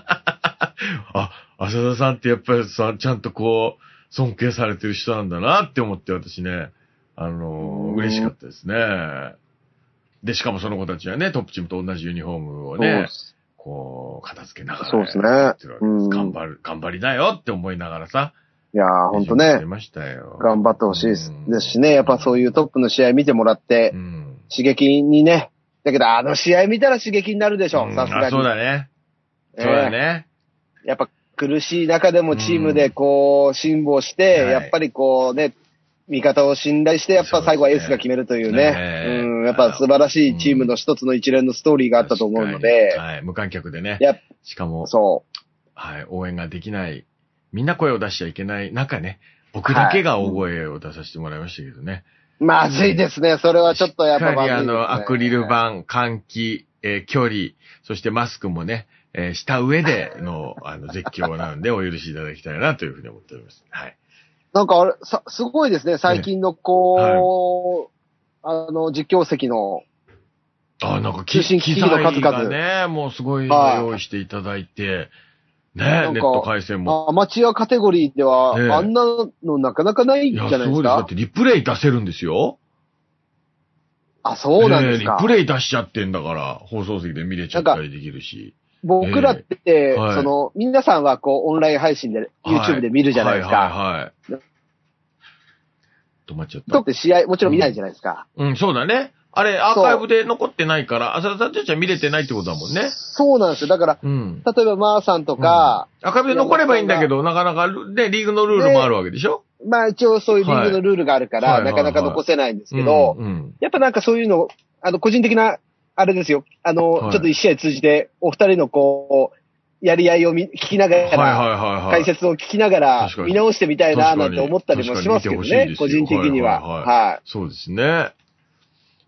[SPEAKER 1] あ、浅田さんってやっぱりさ、ちゃんとこう、尊敬されてる人なんだなって思って私ね、あのー
[SPEAKER 2] うん
[SPEAKER 1] 嬉しかったですね。で、しかもその子たちはね、トップチームと同じユニフォームを
[SPEAKER 2] そ
[SPEAKER 1] *laughs*
[SPEAKER 2] う
[SPEAKER 1] ね
[SPEAKER 2] っ、す
[SPEAKER 1] こう、片付けながら。
[SPEAKER 2] そうですね
[SPEAKER 1] やってるわけです
[SPEAKER 2] うん
[SPEAKER 1] 頑張る、頑張りだよって思いながらさ。
[SPEAKER 2] いやー、ほんと
[SPEAKER 1] 練習して
[SPEAKER 2] ね、
[SPEAKER 1] ましたよ。
[SPEAKER 2] 頑張ってほしいです
[SPEAKER 1] うん
[SPEAKER 2] ですしね、やっぱそういうトップの試合見てもらって
[SPEAKER 1] う、ん。
[SPEAKER 2] 刺激にね、だけどあの試合見たら刺激になるでしょ
[SPEAKER 1] う、ん
[SPEAKER 2] さすが
[SPEAKER 1] あそう
[SPEAKER 2] に。
[SPEAKER 1] だね。
[SPEAKER 2] え
[SPEAKER 1] そうだ
[SPEAKER 2] ー
[SPEAKER 1] ね。
[SPEAKER 2] やっぱ苦しい中でもチームでこう、辛抱して、
[SPEAKER 1] はい
[SPEAKER 2] やっぱりこうね、味方を信頼して、やっぱ最後はエースが決めるというね、
[SPEAKER 1] そうですね
[SPEAKER 2] うん、やっぱ素晴らしいチームの一つの一連のストーリーがあったと思うので
[SPEAKER 1] 確、かにはい、無観客でね。
[SPEAKER 2] やっ
[SPEAKER 1] しかも
[SPEAKER 2] ぱ、そ
[SPEAKER 1] はい、応援ができない、みんな声を出しちゃいけない中ね、僕だけが大声を出させてもらいましたけどね。
[SPEAKER 2] う、まずいですね、それはちょっとやっ
[SPEAKER 1] しっか
[SPEAKER 2] ぱまずい
[SPEAKER 1] り
[SPEAKER 2] です
[SPEAKER 1] あ
[SPEAKER 2] ね、
[SPEAKER 1] の、アクリル板、換気、えー距離、そしてマスクもね、えーした上で
[SPEAKER 2] *laughs*
[SPEAKER 1] の、あの、絶叫なんで、お許しいただきたいなというふうに思っております。はい。
[SPEAKER 2] なんかあれ、さ、すごいですね、最近のこう、あの、実況席の、
[SPEAKER 1] あ、なんか、
[SPEAKER 2] 通信機器の
[SPEAKER 1] 機材
[SPEAKER 2] 数々
[SPEAKER 1] がね、もうすごい
[SPEAKER 2] はい
[SPEAKER 1] 用意していただいて、ね、
[SPEAKER 2] なんか
[SPEAKER 1] ネット回線も。
[SPEAKER 2] アマチュアカテゴリーでは、
[SPEAKER 1] ええ
[SPEAKER 2] あんなのなかなかない
[SPEAKER 1] い
[SPEAKER 2] んじ
[SPEAKER 1] や、
[SPEAKER 2] ゃ
[SPEAKER 1] す
[SPEAKER 2] ないで
[SPEAKER 1] ごいですす。だっ
[SPEAKER 2] か
[SPEAKER 1] て、リプレイ出せるんですよ。
[SPEAKER 2] あ、そうなんですか
[SPEAKER 1] ね。リプレイ出しちゃってんだから、放送席で見れちゃったりできるし。
[SPEAKER 2] 僕らって、
[SPEAKER 1] はい
[SPEAKER 2] その、皆さんはこう、オンライン配信で、YouTube で見るじゃないです
[SPEAKER 1] はい
[SPEAKER 2] か。
[SPEAKER 1] はいはい、はい
[SPEAKER 2] な
[SPEAKER 1] 止まっちゃっ
[SPEAKER 2] と
[SPEAKER 1] た
[SPEAKER 2] っ。て試合、もちろん見ないじゃないですか。
[SPEAKER 1] うん、そうだね。あれ、アーカイブで残ってないから、浅田さんたちは見れてないってことだもんね。
[SPEAKER 2] そうなんですよ。だから、
[SPEAKER 1] うん。
[SPEAKER 2] 例えば、まーさんとか、
[SPEAKER 1] アーカイブで残ればいいんだけど、なかなか、ね、リーグのルールもあるわけでしょ
[SPEAKER 2] まあ一応そういうリーグのルールがあるから、
[SPEAKER 1] はい
[SPEAKER 2] なかなか残せないんですけど、
[SPEAKER 1] うんうん。
[SPEAKER 2] やっぱなんかそういうの、あの、個人的な、あれですよ。あの、
[SPEAKER 1] はい
[SPEAKER 2] ちょっと一試合通じて、お二人のこう、やり合いをみ聞きなが
[SPEAKER 1] はいはい
[SPEAKER 2] ら、
[SPEAKER 1] はいはい。
[SPEAKER 2] 解説を聞きながら
[SPEAKER 1] 確かに
[SPEAKER 2] 見直してみたいななんて思ったりもしますけ
[SPEAKER 1] 確
[SPEAKER 2] どね、
[SPEAKER 1] かに
[SPEAKER 2] 個
[SPEAKER 1] 見
[SPEAKER 2] 人
[SPEAKER 1] て
[SPEAKER 2] 的
[SPEAKER 1] ほしいですよ
[SPEAKER 2] には。
[SPEAKER 1] はいはい
[SPEAKER 2] はい。
[SPEAKER 1] そうですね。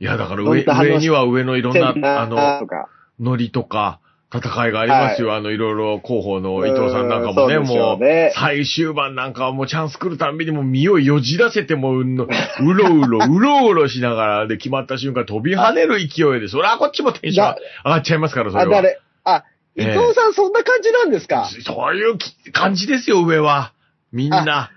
[SPEAKER 1] いや、だから
[SPEAKER 2] 本
[SPEAKER 1] 上
[SPEAKER 2] 当話
[SPEAKER 1] 上には上のいろん
[SPEAKER 2] 全部
[SPEAKER 1] な、あの、
[SPEAKER 2] とか。
[SPEAKER 1] ノリとか、戦いがありますよ。あの、いろいろ広報の伊藤さんなんかもね、
[SPEAKER 2] うん
[SPEAKER 1] も
[SPEAKER 2] そうで
[SPEAKER 1] う、
[SPEAKER 2] す
[SPEAKER 1] 最終盤なんかはもうチャンス来るたんびにもう身をよじらせてもうの、 *laughs* うろうろ、うろうろしながら、で、決まった瞬間飛び跳ねる勢いで、そりゃこっちもテンション上がっちゃいますから、それ
[SPEAKER 2] あ、
[SPEAKER 1] は。
[SPEAKER 2] 誰あ、
[SPEAKER 1] え
[SPEAKER 2] 伊
[SPEAKER 1] え
[SPEAKER 2] 藤さんそんな感じなんですか、
[SPEAKER 1] そういうき感じですよ、上は。みんな。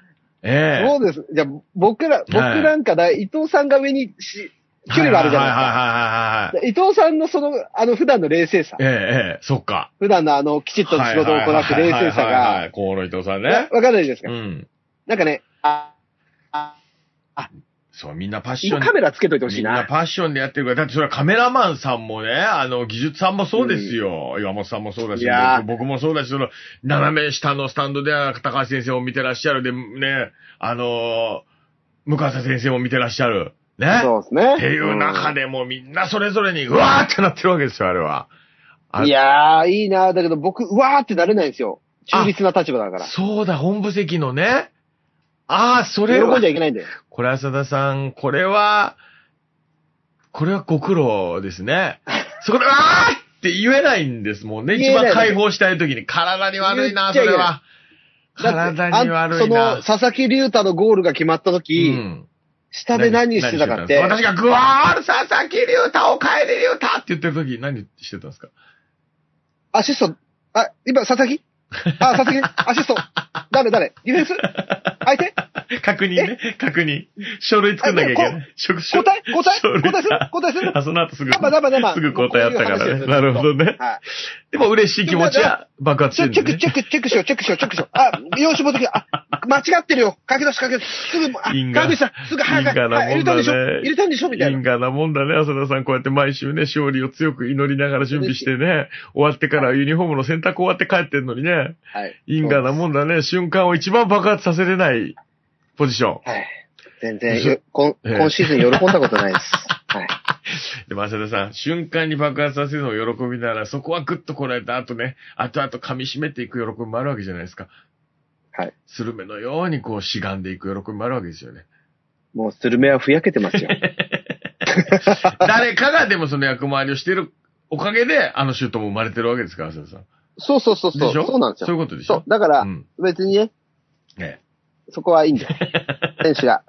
[SPEAKER 1] ええ
[SPEAKER 2] そうです。じゃあ、僕ら、僕なんかだ、伊藤さんが上にし、距離があるじゃないですか。
[SPEAKER 1] はいはいはいはいはいはい。
[SPEAKER 2] 伊藤さんのその、あの、普段の冷静さ
[SPEAKER 1] え。え、ええ、そっか。
[SPEAKER 2] 普段のあの、きちっと仕事をこなす冷静さ
[SPEAKER 1] はいはいはいはい
[SPEAKER 2] が、
[SPEAKER 1] 河野伊藤さん
[SPEAKER 2] わ
[SPEAKER 1] ね。
[SPEAKER 2] わかんないです
[SPEAKER 1] う
[SPEAKER 2] か、
[SPEAKER 1] ん。
[SPEAKER 2] なんかね、あ、あ、
[SPEAKER 1] そう、みんなパッション
[SPEAKER 2] カメラつけといてほし
[SPEAKER 1] み
[SPEAKER 2] い
[SPEAKER 1] んな
[SPEAKER 2] な。
[SPEAKER 1] パッションでやってるから、だってそれはカメラマンさんもね、あの、技術さんもそうですよ。岩本さんもそうだし
[SPEAKER 2] いや、ー
[SPEAKER 1] 僕僕もそうだし、その、斜め下のスタンドで高橋先生を見てらっしゃる。で、ね、あのー、向笠先生も見てらっしゃる。ね。
[SPEAKER 2] そうですね。
[SPEAKER 1] っていう中でもうみんなそれぞれに、うわーってなってるわけですよ、あれは。
[SPEAKER 2] うん。いやー、いいなーだけど僕、うわーってなれないんですよ。中立な立場だから。
[SPEAKER 1] そうだ、本部席のね。ああ、それ
[SPEAKER 2] 喜
[SPEAKER 1] は
[SPEAKER 2] んじゃいけないんだよ。
[SPEAKER 1] これ、浅田さん、これは、これはご苦労ですね。そこで、あーって言えないんですもんね。
[SPEAKER 2] 言
[SPEAKER 1] 一
[SPEAKER 2] えない
[SPEAKER 1] 番解放したい時に、体に悪いな、そ
[SPEAKER 2] 言っち
[SPEAKER 1] れ
[SPEAKER 2] ゃいけない
[SPEAKER 1] は。
[SPEAKER 2] だって
[SPEAKER 1] 体に悪い
[SPEAKER 2] あん
[SPEAKER 1] な。
[SPEAKER 2] その、佐々木隆太のゴールが決まった時、
[SPEAKER 1] うん
[SPEAKER 2] 下で何してたかって、
[SPEAKER 1] 何してたんですか私がグワール佐々木隆太を変えれ隆太って言ってる時、何してたんですか
[SPEAKER 2] アシスト、あ、今、佐々木あ、佐々
[SPEAKER 1] *laughs*
[SPEAKER 2] 木アシスト。誰誰ディフェンス相手
[SPEAKER 1] 確認ね。確認。書類作んなきゃいけない。職種
[SPEAKER 2] 交代交代
[SPEAKER 1] 書類
[SPEAKER 2] 交代する交代する
[SPEAKER 1] あ、その後すぐ。
[SPEAKER 2] ナンバーナンバーナンバー
[SPEAKER 1] すぐ交代やったから
[SPEAKER 2] もうこういう話で
[SPEAKER 1] ね。
[SPEAKER 2] す
[SPEAKER 1] なるほどね。
[SPEAKER 2] はい。
[SPEAKER 1] でも嬉しい気持ちは爆発し
[SPEAKER 2] チ
[SPEAKER 1] て
[SPEAKER 2] ェ
[SPEAKER 1] るんで
[SPEAKER 2] ッ
[SPEAKER 1] ね
[SPEAKER 2] ク、。チェック、チェックしよう、チェックしよう、チェックしよう。あ、用紙持ってきて、あ、間違ってるよ。書き出し、書き出し。すぐ、あ、
[SPEAKER 1] 因果
[SPEAKER 2] 川口さん、すぐ早く、
[SPEAKER 1] 因果なもんだね
[SPEAKER 2] はい入れたんでしょ入れたんでしょみたい
[SPEAKER 1] 因
[SPEAKER 2] な。
[SPEAKER 1] 果なもんだね、浅田さん。こうやって毎週ね、勝利を強く祈りながら準備してね、終わってからユニフォームの洗濯終わって帰ってんのにね、
[SPEAKER 2] はい。
[SPEAKER 1] 因果なもんだね、瞬間を一番爆発させれないポジション。
[SPEAKER 2] はい。全
[SPEAKER 1] でしょ
[SPEAKER 2] 然、今、
[SPEAKER 1] ええ
[SPEAKER 2] 今シーズン喜んだことないです。はい。
[SPEAKER 1] でも浅田さん、瞬間に爆発させるのを喜びながら、そこはグッとこらえた後ね、後々噛み締めていく喜びもあるわけじゃないですか。
[SPEAKER 2] はい。
[SPEAKER 1] スルメのようにこう、しがんでいく喜びもあるわけです
[SPEAKER 2] *laughs*
[SPEAKER 1] よね。
[SPEAKER 2] もう、スルメはふやけて
[SPEAKER 1] *laughs*
[SPEAKER 2] ますよ。
[SPEAKER 1] 誰かがでもその役回りをしてるおかげで、あのシュートも生まれてるわけですから、浅田さん。
[SPEAKER 2] そうそうそう。そう
[SPEAKER 1] でしょ
[SPEAKER 2] そうなんです
[SPEAKER 1] そうい
[SPEAKER 2] よ。
[SPEAKER 1] うことでし
[SPEAKER 2] そ
[SPEAKER 1] ょ
[SPEAKER 2] う。だから
[SPEAKER 1] う、ん。
[SPEAKER 2] 別にね、
[SPEAKER 1] ね
[SPEAKER 2] そこはいいんだ
[SPEAKER 1] *laughs*
[SPEAKER 2] よ。選手が、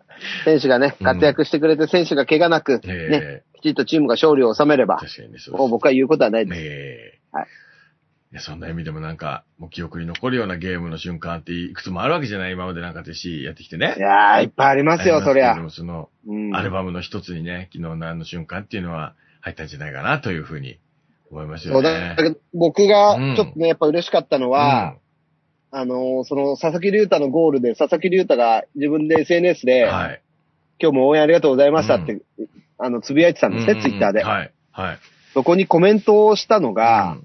[SPEAKER 2] 選手がね、
[SPEAKER 1] うん
[SPEAKER 2] 活躍してくれて、選手が怪我なく、
[SPEAKER 1] ええ
[SPEAKER 2] ね、きちっとチームが勝利を収めれば、
[SPEAKER 1] 確かにね、そう
[SPEAKER 2] もう僕は言うことはない
[SPEAKER 1] で。
[SPEAKER 2] ですす。
[SPEAKER 1] ええ
[SPEAKER 2] はい
[SPEAKER 1] いやそんな意味でもなんか、もう記憶に残るようなゲームの瞬間っていくつもあるわけじゃない今までなんか手しやってきて
[SPEAKER 2] い
[SPEAKER 1] ね。
[SPEAKER 2] やー、いっぱいありますよ、そり
[SPEAKER 1] あ
[SPEAKER 2] ゃ
[SPEAKER 1] り。ますけれども
[SPEAKER 2] うん
[SPEAKER 1] その、アルバムの一つにね、昨日のあの瞬間っていうのは入ったんじゃないかなというふうに思います
[SPEAKER 2] そ
[SPEAKER 1] よ
[SPEAKER 2] うだ
[SPEAKER 1] ね。
[SPEAKER 2] だけど、僕が
[SPEAKER 1] うん
[SPEAKER 2] ちょっとね、やっぱ嬉しかったのは、あのー、その、佐々木隆太のゴールで、佐々木隆太が自分で SNS
[SPEAKER 1] う
[SPEAKER 2] で、
[SPEAKER 1] んはい。
[SPEAKER 2] 今日も応援ありがとうございましたって、あの、つぶやいてたんですね、ツイッターで。
[SPEAKER 1] はい。はい。
[SPEAKER 2] そこにコメントをしたのが、
[SPEAKER 1] うん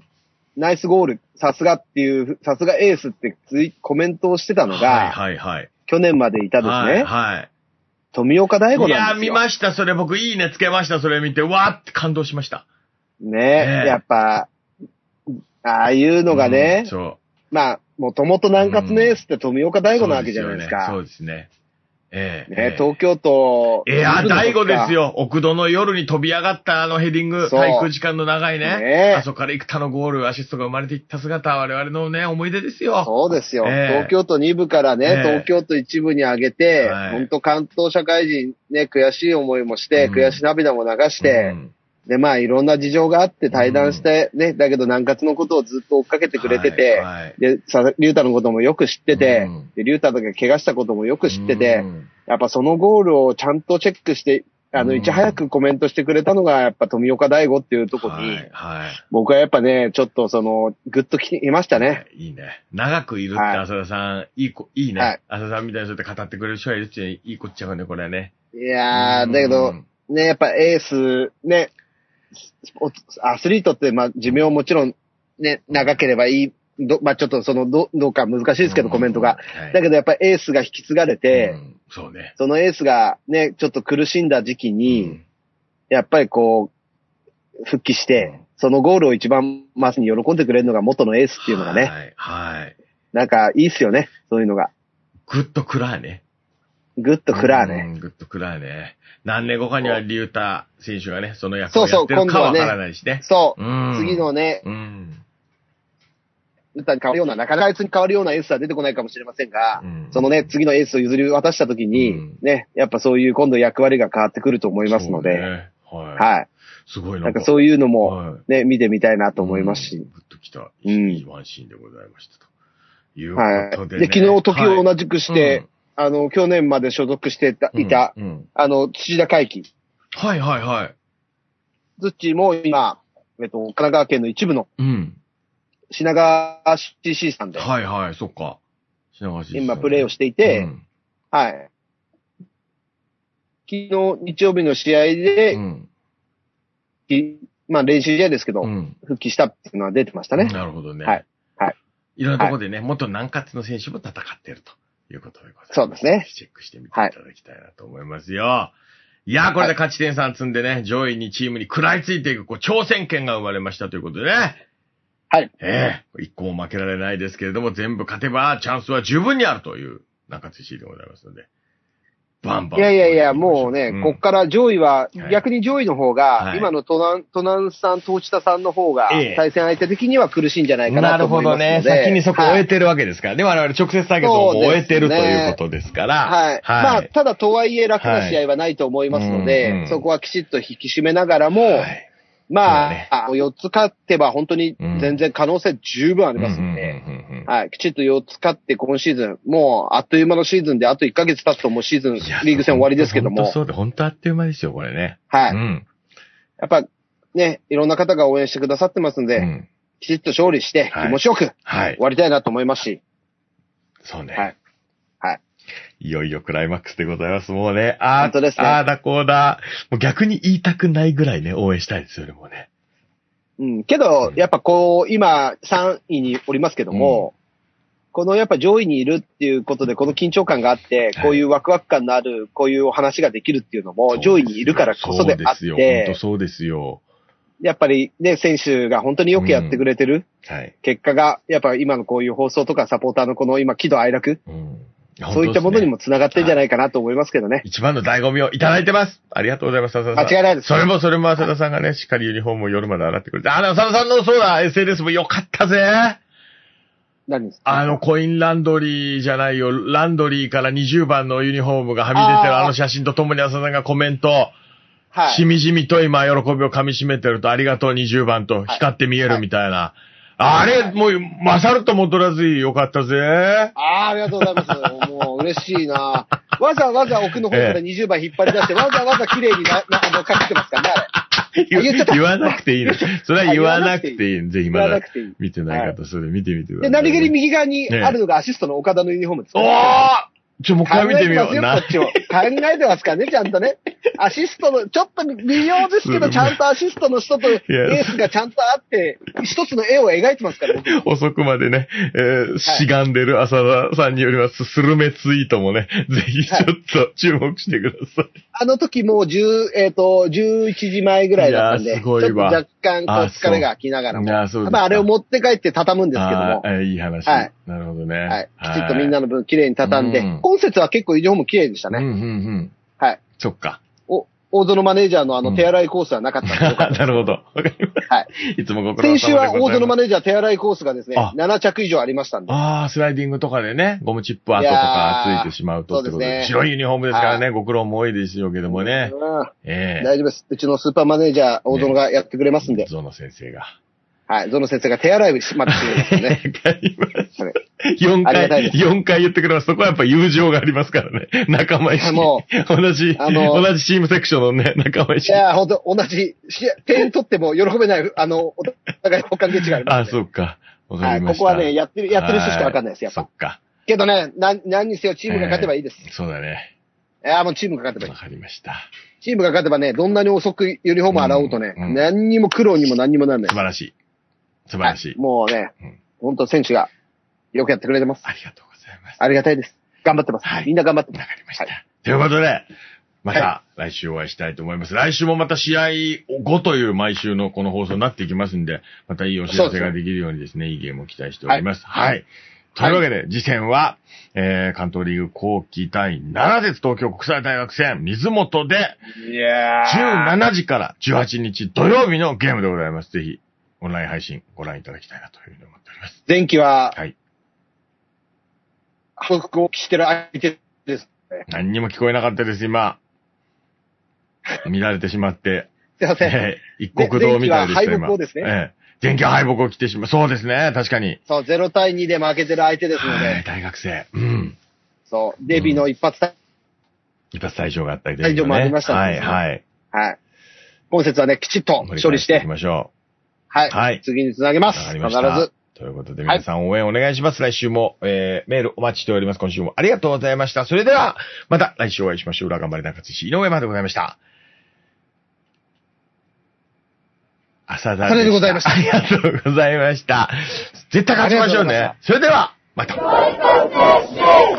[SPEAKER 2] ナイスゴール、さすがっていう、さすがエースってツイコメントをしてたのが、
[SPEAKER 1] はいはいはい。
[SPEAKER 2] 去年までいたですね、
[SPEAKER 1] はいはい。
[SPEAKER 2] 富岡大吾
[SPEAKER 1] いや
[SPEAKER 2] な
[SPEAKER 1] ー、
[SPEAKER 2] んです
[SPEAKER 1] 見
[SPEAKER 2] よ。
[SPEAKER 1] ました。それ僕、いいねつけました。それ見て、わーって感動しました。
[SPEAKER 2] ね
[SPEAKER 1] ねえ
[SPEAKER 2] やっぱ、ああいうのがね
[SPEAKER 1] うん、そう。
[SPEAKER 2] まあ、もともと南葛のエースって富岡大吾なわけじゃないですか。
[SPEAKER 1] そうですよね。そうですね。ええ
[SPEAKER 2] ね、東京都。
[SPEAKER 1] いやー、大悟です。よ。奥戸の夜に飛び上がったあのヘディング、
[SPEAKER 2] そう
[SPEAKER 1] 滞空時間の長いね。
[SPEAKER 2] ねえ
[SPEAKER 1] あそこから幾多のゴール、アシストが生まれていった姿は我々のね、思い出ですよ。
[SPEAKER 2] そうですよ。
[SPEAKER 1] ええ
[SPEAKER 2] 東京都2部からね、
[SPEAKER 1] ええ
[SPEAKER 2] 東京都1部に上げて、
[SPEAKER 1] はい
[SPEAKER 2] 本当関東社会人ね、悔しい思いもして、
[SPEAKER 1] うん
[SPEAKER 2] 悔し涙も流して
[SPEAKER 1] う、ん
[SPEAKER 2] で、まあ、いろんな事情があって対談して、ね、だけど南葛のことをずっと追っかけてくれてて、
[SPEAKER 1] はいはい
[SPEAKER 2] で、さ、リュウタのこともよく知ってて、
[SPEAKER 1] うん
[SPEAKER 2] で、リュウタだけ怪我したこともよく知ってて、
[SPEAKER 1] うん
[SPEAKER 2] やっぱそのゴールをちゃんとチェックして、あ
[SPEAKER 1] う
[SPEAKER 2] の、
[SPEAKER 1] ん
[SPEAKER 2] いち早くコメントしてくれたのが、やっぱ富岡大吾っていうとこに、
[SPEAKER 1] はいはい。
[SPEAKER 2] 僕はやっぱね、ちょっとその、ぐっときましたね。
[SPEAKER 1] いいね。長くいるって
[SPEAKER 2] はい
[SPEAKER 1] 浅田さん、いい子、いい
[SPEAKER 2] は
[SPEAKER 1] ね
[SPEAKER 2] い。
[SPEAKER 1] 浅田さんみたいにそうやって語ってくれる人がいるっていうのはいいこっちゃうね、これはね。
[SPEAKER 2] いや
[SPEAKER 1] う
[SPEAKER 2] ー、
[SPEAKER 1] ん
[SPEAKER 2] だけど、、ね、やっぱエース、ね、スポーツアスリートって、まあ、寿命もちろん、ね、長ければいい、ど、まあ、ちょっとその、ど、どうか難しいですけど、コメントが。
[SPEAKER 1] はい。
[SPEAKER 2] だけどやっぱエースが引き継がれ
[SPEAKER 1] う
[SPEAKER 2] て、
[SPEAKER 1] んそうね。
[SPEAKER 2] そのエースがね、ちょっと苦しんだ時期
[SPEAKER 1] う
[SPEAKER 2] に、
[SPEAKER 1] ん
[SPEAKER 2] やっぱりこ復帰して、そのゴールを一番マスに喜んでくれるのが元のエースっていうのがね、
[SPEAKER 1] はい。はい。
[SPEAKER 2] なんかいいっすよね、そういうのが。
[SPEAKER 1] ぐっと暗いね。
[SPEAKER 2] グッとクラー
[SPEAKER 1] う
[SPEAKER 2] ね。
[SPEAKER 1] ん。ぐっと暗いね。何年後かにはリュータ選手がね、その役
[SPEAKER 2] そ
[SPEAKER 1] を
[SPEAKER 2] うそう
[SPEAKER 1] やってるか
[SPEAKER 2] 今
[SPEAKER 1] わ
[SPEAKER 2] 度はね
[SPEAKER 1] からないしね。
[SPEAKER 2] そうう。
[SPEAKER 1] ん。
[SPEAKER 2] 次のね、
[SPEAKER 1] うん。
[SPEAKER 2] 歌に変わるような、なかなかあいつに変わるようなエースは出てこないかもしれませんが
[SPEAKER 1] う、ん
[SPEAKER 2] そのね、次のエースを譲り渡した時に、
[SPEAKER 1] うん
[SPEAKER 2] ね、やっぱそういう今度役割が変わってくると思いますの
[SPEAKER 1] そう
[SPEAKER 2] で、
[SPEAKER 1] ねは
[SPEAKER 2] はい。
[SPEAKER 1] い。すごい
[SPEAKER 2] なんかそういうのも、
[SPEAKER 1] はい
[SPEAKER 2] ね、見てみたいなと思いますし
[SPEAKER 1] うん。ぐっときた、
[SPEAKER 2] うん
[SPEAKER 1] いいワンシーンでございましたと。いうこ
[SPEAKER 2] は
[SPEAKER 1] と
[SPEAKER 2] い。
[SPEAKER 1] で、ね。、
[SPEAKER 2] で昨日時を
[SPEAKER 1] 同
[SPEAKER 2] 同じくして、、あの、去年まで所属してた
[SPEAKER 1] うん
[SPEAKER 2] いた、
[SPEAKER 1] うんうん
[SPEAKER 2] あの、土田海輝。
[SPEAKER 1] はいはいはい。
[SPEAKER 2] 土も今、えっと、神奈川県の一部の
[SPEAKER 1] うん。
[SPEAKER 2] 品川 CC さんで、
[SPEAKER 1] はいはい、そっか。品川慎一さん
[SPEAKER 2] 今プレーをしていうて、
[SPEAKER 1] ん
[SPEAKER 2] はい。昨日、日曜日の試合
[SPEAKER 1] う
[SPEAKER 2] で、
[SPEAKER 1] ん
[SPEAKER 2] きまあ練習試合ですけど、
[SPEAKER 1] うん。
[SPEAKER 2] 復帰したっていうのは出てましたね。
[SPEAKER 1] なるほどね。
[SPEAKER 2] はい。はい。
[SPEAKER 1] いろんなところでね、元南葛の選手も戦ってるということでございます。
[SPEAKER 2] そうですね。
[SPEAKER 1] チェックしてみていただきたいなと思いますよ。い、やー、これで勝ち点3積んでね、上位にチームに食らいついていく、こう、挑戦権が生まれましたということでね。
[SPEAKER 2] はい。
[SPEAKER 1] ええ一個も負けられないですけれども、全部勝てば、チャンスは十分にあるという、中津市でございますので。バンバン。
[SPEAKER 2] いやいやいや、もうね、
[SPEAKER 1] ん
[SPEAKER 2] こっから上位は、
[SPEAKER 1] はい
[SPEAKER 2] 逆に上位の方
[SPEAKER 1] は
[SPEAKER 2] が、
[SPEAKER 1] い
[SPEAKER 2] 今のトナン、トナンさん、トーチタさんの方が
[SPEAKER 1] ええ、
[SPEAKER 2] 対戦相手的には苦しいんじゃないか
[SPEAKER 1] な
[SPEAKER 2] なと
[SPEAKER 1] る
[SPEAKER 2] 思
[SPEAKER 1] ほ
[SPEAKER 2] いま
[SPEAKER 1] ど
[SPEAKER 2] すので。
[SPEAKER 1] ね。先にそこを終
[SPEAKER 2] は
[SPEAKER 1] え
[SPEAKER 2] い
[SPEAKER 1] てるわけですから。で、我々直接対決をもう終えてるということですから。
[SPEAKER 2] はい。まあ、ただとはいえ楽な試合はないと思います
[SPEAKER 1] は
[SPEAKER 2] の
[SPEAKER 1] いうんう
[SPEAKER 2] で
[SPEAKER 1] ん、
[SPEAKER 2] そこはきちっと引き締めながらも、
[SPEAKER 1] はい
[SPEAKER 2] ま
[SPEAKER 1] そうね
[SPEAKER 2] あ、4つ勝ってば本当に全然可能性十分ありますので、
[SPEAKER 1] うんうんうんうん
[SPEAKER 2] はい。きちっと4つ勝って今シーズン、もうあっという間のシーズンで、あと1ヶ月経つともうシーズン、リ
[SPEAKER 1] いや
[SPEAKER 2] ーグ戦終わりですけど
[SPEAKER 1] 本
[SPEAKER 2] も
[SPEAKER 1] 当、そうで、本当あっという間ですよ、これね。
[SPEAKER 2] はい。
[SPEAKER 1] うん。
[SPEAKER 2] やっぱね、いろんな方が応援してくださってますん
[SPEAKER 1] う
[SPEAKER 2] で、
[SPEAKER 1] ん
[SPEAKER 2] きちっと勝利して、
[SPEAKER 1] はい
[SPEAKER 2] 気持ちよく終
[SPEAKER 1] はい。
[SPEAKER 2] わりたいなと思いますし、
[SPEAKER 1] そうね。
[SPEAKER 2] はい。はい。
[SPEAKER 1] いよいよクライマックスでございます。もうね、あー
[SPEAKER 2] 本当ですね
[SPEAKER 1] あーだこうだ。もう逆に言いたくないぐらいね、応援したいですよね、もうね。
[SPEAKER 2] うん。けど、やっぱこう、今、3位におりますけども、このやっぱ上位にいるっていうことで、この緊張感があって、こういうワクワク感のある、こういうお話ができるっていうのも、上位にいるからこそで
[SPEAKER 1] そうで
[SPEAKER 2] あっ
[SPEAKER 1] すよ。本
[SPEAKER 2] て
[SPEAKER 1] 当、そうですよ。
[SPEAKER 2] やっぱりね、選手が本当によくやってくれてる
[SPEAKER 1] はい。
[SPEAKER 2] 結果が、やっぱ今のこういう放送とかサポーターのこの今、喜怒哀楽、
[SPEAKER 1] うん。
[SPEAKER 2] そういったもの
[SPEAKER 1] 本当です
[SPEAKER 2] に
[SPEAKER 1] ね
[SPEAKER 2] もつながってんじゃないかなと思いますけどね。
[SPEAKER 1] 一番の醍醐味をいただいてます。ありがとうございます、浅田さん。
[SPEAKER 2] 間違いないです
[SPEAKER 1] それもそれも浅田さんがね、しっかりユニフォームを夜まで洗ってくれて。あの、浅田さんのそうだ、SNS もよかったぜ。
[SPEAKER 2] 何ですか
[SPEAKER 1] あの、コインランドリーじゃないよ、ランドリーから20番のユニフォームがはみ出てる
[SPEAKER 2] あー
[SPEAKER 1] あの写真とともに浅田さんがコメント、
[SPEAKER 2] はい
[SPEAKER 1] しみじみと今喜びを噛み締めてると、ありがとう20番と光って見えるみたいな。あれ、もう、勝るとも取らずよかったぜ。
[SPEAKER 2] ああ、ありがとうございます。もう嬉しいな。わざわざ奥の方から
[SPEAKER 1] ええ
[SPEAKER 2] 20番引っ張り出して、わざわざ綺麗にな、なあの、書いてますからね、あ
[SPEAKER 1] 言
[SPEAKER 2] 言っちゃった
[SPEAKER 1] わなくてい
[SPEAKER 2] *laughs*
[SPEAKER 1] いの。それは言わなくていい。ぜひま
[SPEAKER 2] 言
[SPEAKER 1] だ
[SPEAKER 2] わなくていい
[SPEAKER 1] 見てない方、それ見てみてく
[SPEAKER 2] れ。で、
[SPEAKER 1] ださい。
[SPEAKER 2] 何気に右側にあるのがアシストの岡田のユニフォームです
[SPEAKER 1] お
[SPEAKER 2] か
[SPEAKER 1] ー
[SPEAKER 2] ら。
[SPEAKER 1] ちょ、もう一回見てみよ
[SPEAKER 2] 考
[SPEAKER 1] う。
[SPEAKER 2] えてますよ、こっちも。考えてますからね、ちゃんとね。アシストの、ちょっと微妙ですけど、ちゃんとアシストの人とエースがちゃんとあって、一つの絵を描いてますから、僕
[SPEAKER 1] 遅くまでね、えーしがんでる浅田さんによります、スルメツイートもね、ぜひちょっと注目してください。
[SPEAKER 2] あの時もう10、えっ、と、11時前ぐらいだったん
[SPEAKER 1] い
[SPEAKER 2] で、
[SPEAKER 1] やーす
[SPEAKER 2] ちょ
[SPEAKER 1] ご
[SPEAKER 2] っ
[SPEAKER 1] い
[SPEAKER 2] と
[SPEAKER 1] わ
[SPEAKER 2] 若干こう疲れが来ながらも。
[SPEAKER 1] いやーそうですか
[SPEAKER 2] まあ、あれを持って帰って畳むんですけども
[SPEAKER 1] あ。ーえーいい話。
[SPEAKER 2] はい
[SPEAKER 1] なるほどね。
[SPEAKER 2] はい。きちっとみんな
[SPEAKER 1] の
[SPEAKER 2] の分綺麗に畳んで、
[SPEAKER 1] うん
[SPEAKER 2] 今節は結構ユニフォーム綺麗でした
[SPEAKER 1] ね。うん
[SPEAKER 2] ね。
[SPEAKER 1] うんうん。
[SPEAKER 2] はい。
[SPEAKER 1] そっか。
[SPEAKER 2] お、大園マネージャーのあ
[SPEAKER 1] う
[SPEAKER 2] の
[SPEAKER 1] ん
[SPEAKER 2] 手洗いコースはなかったんでよか
[SPEAKER 1] *laughs*
[SPEAKER 2] っ
[SPEAKER 1] なるほど。わかりま
[SPEAKER 2] た。はい。
[SPEAKER 1] す。いつもご苦労様でございま
[SPEAKER 2] *laughs* 先
[SPEAKER 1] す。
[SPEAKER 2] 週は大園マネージャー手洗いコースがですね
[SPEAKER 1] あ、
[SPEAKER 2] 7着以上ありましたんで。
[SPEAKER 1] ああ、スライディングとかでね、ゴムチップ跡とかついてしまうとってこと
[SPEAKER 2] いやーそう
[SPEAKER 1] で、
[SPEAKER 2] ですね
[SPEAKER 1] 白いユニフォームですからね、ご苦労も多いでしょうけどもね
[SPEAKER 2] うん。
[SPEAKER 1] ええ
[SPEAKER 2] 大丈夫です。うちのスーパーマネージャー、大園がやってくれますんで。
[SPEAKER 1] ゾノ先生が。
[SPEAKER 2] はい。ゾノ先生が手洗いしまってくれますんで
[SPEAKER 1] *laughs*
[SPEAKER 2] ね。
[SPEAKER 1] わかりま
[SPEAKER 2] はい
[SPEAKER 1] す。4
[SPEAKER 2] ありがたい
[SPEAKER 1] 回
[SPEAKER 2] で、
[SPEAKER 1] 四回言ってくれます。そこはやっぱ友情がありますからね。仲間意識。
[SPEAKER 2] も
[SPEAKER 1] 同じ、
[SPEAKER 2] あの
[SPEAKER 1] 同じチームセクションのね、仲間意
[SPEAKER 2] い
[SPEAKER 1] 識。
[SPEAKER 2] やー、ほんと、同じ、し点取っても喜べない、あの、お互い交換で違います、ね。
[SPEAKER 1] あ、そうか。わかりま
[SPEAKER 2] はい、こ
[SPEAKER 1] した。
[SPEAKER 2] こはね、やってる、やってる人しかわかんないです、やっ
[SPEAKER 1] は
[SPEAKER 2] ぱ。
[SPEAKER 1] そっか。
[SPEAKER 2] けどね、なん、何にせよチームが勝てばいいです。
[SPEAKER 1] そうだね。
[SPEAKER 2] いやーもうチームが勝てばいい
[SPEAKER 1] わ。かりました。
[SPEAKER 2] チームが勝てばね、どんなに遅くユニフォーム洗おうとね、
[SPEAKER 1] うんうん
[SPEAKER 2] 何にも苦労にも何にもならない。
[SPEAKER 1] 素晴らしい。素晴らしい。
[SPEAKER 2] はいもうね
[SPEAKER 1] うん、
[SPEAKER 2] ほんと選手がよくやってくれてます。
[SPEAKER 1] ありがとうございます。
[SPEAKER 2] ありがたいです。頑張ってます。
[SPEAKER 1] はい
[SPEAKER 2] みんな頑張ってま
[SPEAKER 1] わ
[SPEAKER 2] す
[SPEAKER 1] か。りました。ということで、また来週お会いしたいと思います。来週もまた試合後という毎週のこの放送になっていきますんで、またいいお知らせができるようにですね、いいゲームを期待しております。はい。というわけで、次戦は、えー、関東リーグ後期第7節東京国際大学戦、水本で、
[SPEAKER 2] いやー。
[SPEAKER 1] 17時から18日土曜日のゲームでございます。ぜひ、オンライン配信ご覧いただきたいなというふうに思っております。
[SPEAKER 2] 前期は、
[SPEAKER 1] はい。
[SPEAKER 2] 報復をしてる相手です。
[SPEAKER 1] 何にも聞こえなかったです、今。乱れてしまって。
[SPEAKER 2] すいません。
[SPEAKER 1] え *laughs* え一国道みたいでした、
[SPEAKER 2] で電気は敗
[SPEAKER 1] 今。
[SPEAKER 2] 北をですね
[SPEAKER 1] ええ電気は敗北を着てしまう。そうですね、確かに。
[SPEAKER 2] そう、0対2で負けてる相手ですの
[SPEAKER 1] はい、
[SPEAKER 2] で、
[SPEAKER 1] 大学生。うん。
[SPEAKER 2] そう、デビの一発対、
[SPEAKER 1] 一発最初があったり
[SPEAKER 2] 退場もありましたね
[SPEAKER 1] はい、はい。
[SPEAKER 2] はい。今節はね、きちっと
[SPEAKER 1] 盛り
[SPEAKER 2] 処
[SPEAKER 1] 返
[SPEAKER 2] 理し
[SPEAKER 1] いき
[SPEAKER 2] て、
[SPEAKER 1] ましょ
[SPEAKER 2] はい。
[SPEAKER 1] はい
[SPEAKER 2] 次につなげます
[SPEAKER 1] う。わ。かり
[SPEAKER 2] 必
[SPEAKER 1] ました
[SPEAKER 2] ず。。
[SPEAKER 1] ということで、皆さん応援お願いします。来週も、えー、メールお待ちしております。今週もありがとうございました。それでは、また来週お会いしましょう。裏頑張り中津市井上までございました。浅田
[SPEAKER 2] それでございました
[SPEAKER 1] ありがとうございました。絶対勝ちましょう
[SPEAKER 2] ありが
[SPEAKER 1] ね
[SPEAKER 2] とう
[SPEAKER 1] それ
[SPEAKER 2] ございま。
[SPEAKER 1] では、また。
[SPEAKER 3] Thank you.